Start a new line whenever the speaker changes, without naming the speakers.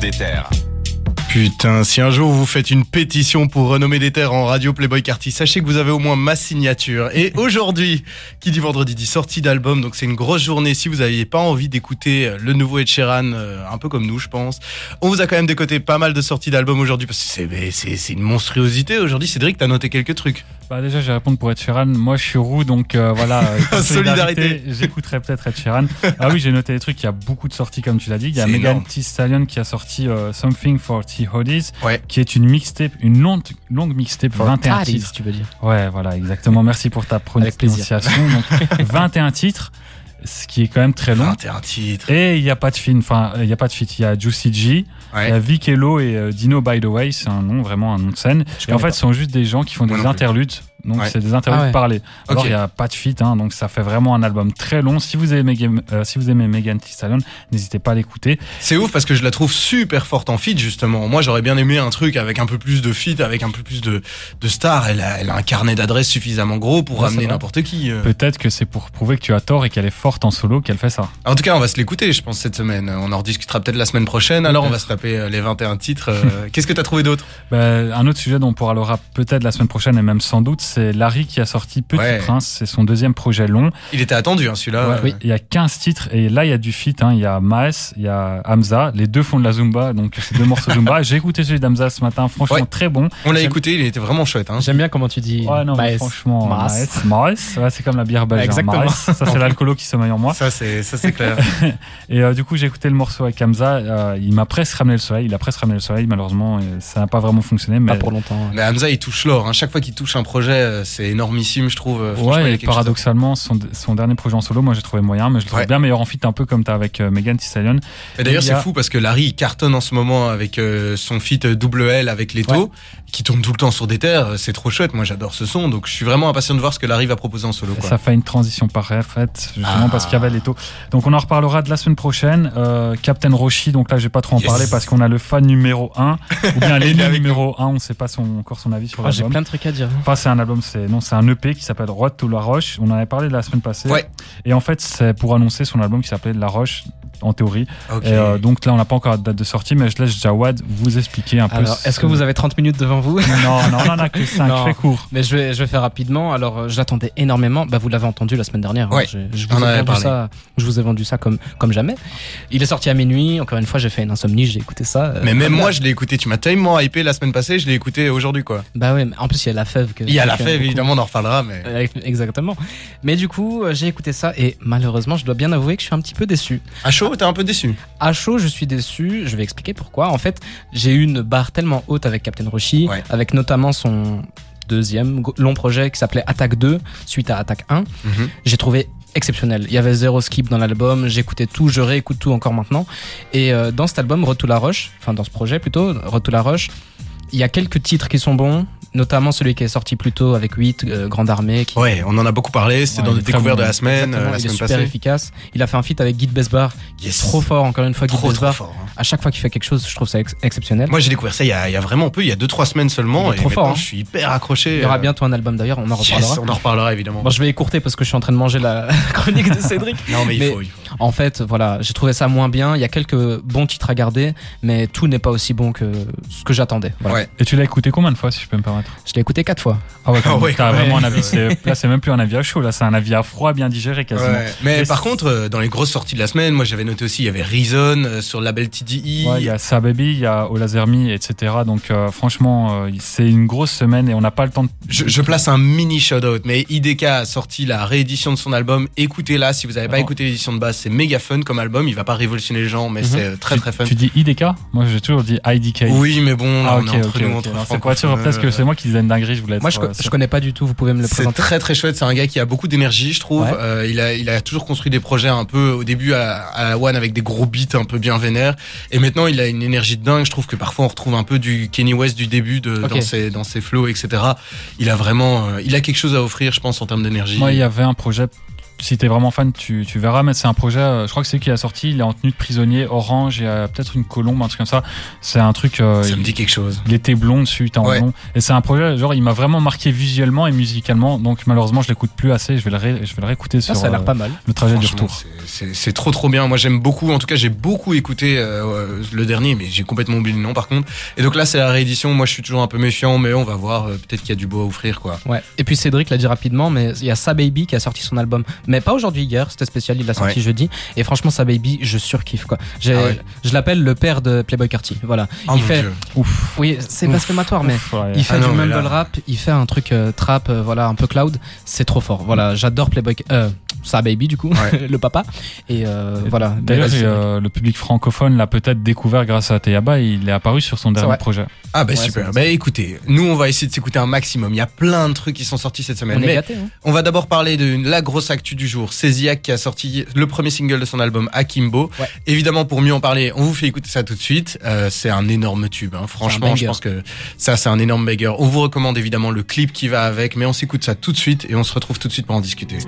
des terres.
Putain, si un jour vous faites une pétition pour renommer des terres en radio Playboy Carty, sachez que vous avez au moins ma signature. Et aujourd'hui, qui dit vendredi dit sortie d'album, donc c'est une grosse journée. Si vous n'aviez pas envie d'écouter le nouveau Ed Sheeran, euh, un peu comme nous, je pense, on vous a quand même décoté pas mal de sorties d'album aujourd'hui parce que c'est- mais c'est c'est une monstruosité. Aujourd'hui, Cédric, t'as noté quelques trucs.
Bah déjà, je vais répondre pour Ed Sheeran. Moi, je suis roux, donc euh, voilà. euh, comme
Solidarité.
J'écouterai peut-être Ed Sheeran. Ah oui, j'ai noté des trucs. Il y a beaucoup de sorties, comme tu l'as dit. Il y a
C'est
Megan
énorme.
Thee Stallion qui a sorti euh, Something for T. Hoddies,
Ouais.
qui est une mixtape, une longue, longue mixtape, 21
Paris,
titres.
si tu veux dire.
Ouais, voilà, exactement. Merci pour ta
Avec plaisir.
prononciation. Donc, 21 titres, ce qui est quand même très long.
21 titres.
Et il n'y a pas de film, enfin, il n'y a pas de feat. Il y a Juicy G, il y a
Ouais.
Vic Hello et euh, Dino By the Way. C'est un nom, vraiment un nom de scène.
Je
Et en
connais
fait, ce sont juste des gens qui font
Moi
des
non plus.
interludes. Donc,
Ouais.
c'est des interludes
Ah ouais.
parlés. Alors,
Ok.
il n'y a pas de feat, hein, donc ça fait vraiment un album très long. Si vous aimez, Game- euh, si vous aimez Megan Thee Stallion, n'hésitez pas à l'écouter.
C'est ouf parce que je la trouve super forte en feat justement. Moi j'aurais bien aimé un truc avec un peu plus de feat, avec un peu plus de, de stars. Elle a, elle a un carnet d'adresses suffisamment gros pour
Ouais,
ramener
c'est vrai.
n'importe qui. euh.
Peut-être que c'est pour prouver que tu as tort et qu'elle est forte en solo qu'elle fait ça.
En tout cas on va se l'écouter je pense cette semaine. On en rediscutera peut-être la semaine prochaine. Alors on va se taper euh, les 21 titres. euh. Qu'est-ce que t'as trouvé d'autre
Ben, un autre sujet dont on parlera peut-être la semaine prochaine et même sans doute, c'est Larry qui a sorti Petit
Ouais.
Prince. C'est son deuxième projet long.
Il était attendu hein, celui-là.
Ouais,
Euh,
Il y a 15 titres et là il y a du feat. hein. Il y a Maes, il y a Hamza. Les deux font de la Zumba, donc c'est deux morceaux Zumba. J'ai écouté celui d'Hamza ce matin, franchement
Ouais.
très bon.
On l'a
J'aime-
écouté, il était vraiment chouette. Hein.
J'aime bien comment tu dis.
Ouais, non, mais
Maes.
franchement,
Maes.
Maes. Maes, ouais, c'est comme la bière belge. hein,
Exactement.
Maes. Ça, c'est l'alcoolo qui sommeille en moi.
Ça c'est ça c'est clair.
Et euh, du coup, j'ai écouté le morceau avec Hamza. euh, il m'a presque ramené le soleil. Il a presque ramené le soleil. Malheureusement, euh, ça n'a pas vraiment fonctionné.
Ah,
Mais
Pas pour longtemps.
Mais Hamza il touche l'or. Hein. Chaque fois qu'il touche un projet euh, c'est énormissime je trouve. Euh, franchement, il y
Ouais,
a
et
quelque chose à-
paradoxalement, son, son dernier projet en solo, moi j'ai trouvé moyen, mais je le trouve
Ouais.
bien meilleur en fit, un peu comme t'as avec euh, Megan Thee Stallion.
Et d'ailleurs,
Il y
c'est
a-
fou parce que Larry il cartonne en ce moment avec euh, son feat double L avec Leto,
Ouais.
qui tourne tout le temps sur des terres. C'est trop chouette. Moi, j'adore ce son, donc je suis vraiment impatient de voir ce que Larry va proposer en solo.
Et
Quoi.
Ça fait une transition parfaite, justement
Ah.
parce qu'il y avait les taux. Donc on en reparlera de la semaine prochaine. Euh, Captain Roshi, donc là je vais pas trop en
Yes.
parler parce qu'on a le fan numéro 1, ou bien
Il est
l'ennemi
avec
numéro 1, on sait pas son, encore son avis sur
Ah, J'ai
l'album.
plein de trucs à dire.
Enfin, c'est un album, c'est non, c'est un EP qui s'appelle Road to La Roche. On en avait parlé de la semaine passée.
Ouais.
Et en fait, c'est pour annoncer son album qui s'appelait La Roche, en théorie.
Ok.
Et euh, donc là, on n'a pas encore de date de sortie, mais je laisse Jawad vous expliquer un peu.
Alors,
ce-
est-ce que vous avez 30 minutes devant vous
Non, non, non, non, que 5,
Non.
je fais court.
Mais je vais, je vais faire rapidement. Alors, euh, je l'attendais énormément. Bah, vous l'avez entendu la semaine dernière. hein.
Ouais,
Je, je
on
vous
en
ai
avait
vendu
parlé.
ça. Je vous ai vendu ça comme, comme jamais. Il est sorti à minuit. Encore une fois, j'ai fait une insomnie. J'ai écouté ça. euh,
Mais même
comme
moi,
d'hab.
je l'ai écouté. Tu m'as tellement hypé la semaine passée, je l'ai écouté aujourd'hui, quoi.
Bah ouais. mais En plus, il y a la fève. Que,
Il y a la
que-
fève, évidemment, on en reparlera, mais.
Euh, Exactement. Mais du coup, euh, j'ai écouté ça et malheureusement, je dois bien avouer que je suis un petit peu déçu.
À chaud, t'es un peu déçu.
À chaud, je suis déçu. Je vais expliquer pourquoi. En fait, j'ai eu une barre tellement haute avec Captain Roshi,
Ouais.
avec notamment son deuxième go- long projet qui s'appelait Attaque 2 suite à Attaque 1
Mm-hmm.
j'ai trouvé exceptionnel. Il y avait zéro skip dans l'album, j'écoutais tout, je réécoute tout encore maintenant. Et euh, dans cet album, Retour la Roche, enfin dans ce projet plutôt, Retour la Roche, il y a quelques titres qui sont bons, notamment celui qui est sorti plus tôt avec 8, euh, Grande Armée, qui
Ouais, on en a beaucoup parlé. C'était
Ouais,
dans
il
les
est très
découvertes
bon.
de la semaine, euh, la
Exactement, il est
semaine
super
passée.
efficace. Il a fait un feat avec Guy Besbar, qui
Yes.
est trop fort encore une fois. Guy
Trop, trop
Besbar,
fort. hein.
à chaque fois qu'il fait quelque chose, je trouve ça ex- exceptionnel.
Moi, j'ai découvert ça il y, a, il y a vraiment peu, il y a deux trois semaines seulement. Et
Il est trop
maintenant,
fort, hein.
je suis hyper accroché.
il y aura
euh,
bientôt un album d'ailleurs, on en
yes,
reparlera.
on en reparlera, évidemment.
Bon, je vais écourter parce que je suis en train de manger la chronique de Cédric.
non, mais il
mais-
faut. il faut.
En fait, voilà, j'ai trouvé ça moins bien. Il y a quelques bons titres à garder, mais tout n'est pas aussi bon que ce que j'attendais. Voilà.
Ouais.
Et tu l'as écouté combien de fois, si je peux me permettre
Je l'ai écouté quatre fois.
Ah ouais,
Ah
quand
ouais,
même, t'as
ouais.
vraiment un avis. c'est- Là, c'est même plus un avis à chaud, là, c'est un avis à froid, bien digéré quasiment.
Ouais, Mais
Et
par
c'est-
contre, euh, dans les grosses sorties de la semaine, moi j'avais noté aussi, il y avait Reason euh, sur le label TDI.
Ouais, il y a Sa Baby, il y a Ola Zermi, etc. Donc euh, franchement, euh, c'est une grosse semaine et on n'a pas le temps de...
je, je place un mini shout-out, mais IDK a sorti la réédition de son album. Écoutez-la, si vous n'avez pas
Attends.
écouté l'édition de base, c'est méga fun comme album. Il va pas révolutionner les gens, mais
Mhm.
c'est euh, très
tu,
très fun.
tu dis IDK Moi j'ai toujours dit IDK.
Oui, mais bon, là,
ah
on
ok,
est
ok.
entre nous,
ok.
entre
Non, C'est pas
francophones,
sûr, peut-être que
euh,
c'est moi qui disais une dinguerie, je voulais être...
Moi, je, co-
euh,
je
sûr.
connais pas du tout. Vous pouvez me le
C'est
présenter
très très chouette, c'est un gars qui a beaucoup d'énergie, je trouve.
Ouais.
Euh, il, a, il a toujours construit des projets un peu au début à, à la One avec des gros beats un peu bien vénères. Et maintenant, il a une énergie de dingue. Je trouve que parfois on retrouve un peu du Kenny West du début de,
Ok.
dans, ses, dans ses flows, etc. Il a vraiment, euh, il a quelque chose à offrir, je pense, en termes d'énergie.
Moi, il y avait un projet si t'es vraiment fan, tu, tu verras. Mais c'est un projet, euh, je crois que c'est lui qui a sorti. Il est en tenue de prisonnier orange et euh, peut-être une colombe, un truc comme ça. C'est un truc. euh,
Ça
il-
me dit quelque chose.
il était blond dessus, t'es en
Ouais.
blond. Et c'est un projet, genre, il m'a vraiment marqué visuellement et musicalement. Donc, malheureusement, je l'écoute plus assez. Je vais le, ré- je vais le réécouter
Ah,
sur
ça a l'air
euh,
pas mal.
le trajet du
Franchement,
retour.
c'est- C'est c'est trop trop bien. Moi j'aime beaucoup. En tout cas j'ai beaucoup écouté euh, le dernier, mais j'ai complètement oublié le nom par contre. Et donc là c'est la réédition. Moi je suis toujours un peu méfiant, mais on va voir. euh, Peut-être qu'il y a du beau à offrir quoi.
Ouais. Et puis Cédric l'a dit rapidement, mais il y a Sa Baby qui a sorti son album, mais pas aujourd'hui hier, c'était spécial, il l'a sorti jeudi. Et franchement, Sa Baby, je surkiffe quoi. J'ai-
Ah ouais.
Je l'appelle le père de Playboy Carty. Voilà.
Oh, mon
il fait.
Dieu.
Ouf.
Oui, c'est
Ouf.
blasphématoire, mais
Ouf, ouais.
il fait
Ah non,
du
mais
mumble
là-
rap, il fait un truc euh, trap, euh, voilà, un peu cloud. C'est trop fort. Voilà, j'adore Playboy. Euh, Sa Baby du coup,
Mm. Ouais.
le papa. Et euh, voilà. Mais
D'ailleurs,
vas-y,
j'ai,
Cédric.
euh, le public francophone l'a peut-être découvert grâce à Teyaba. et Il est apparu sur son dernier
vrai.
projet.
Ah bah
Ouais,
super.
c'est-
Bah écoutez, nous on va essayer de s'écouter un maximum. Il y a plein de trucs qui sont sortis cette semaine.
on est
mais
gâtés, hein.
on va d'abord parler de la grosse actu du jour. C'est Ziak qui a sorti le premier single de son album Akimbo.
Ouais.
Évidemment, pour mieux en parler, on vous fait écouter ça tout de suite. Euh, c'est un énorme tube. hein. Franchement,
banger.
je pense que ça c'est un énorme banger. On vous recommande évidemment le clip qui va avec, mais on s'écoute ça tout de suite et on se retrouve tout de suite pour en discuter.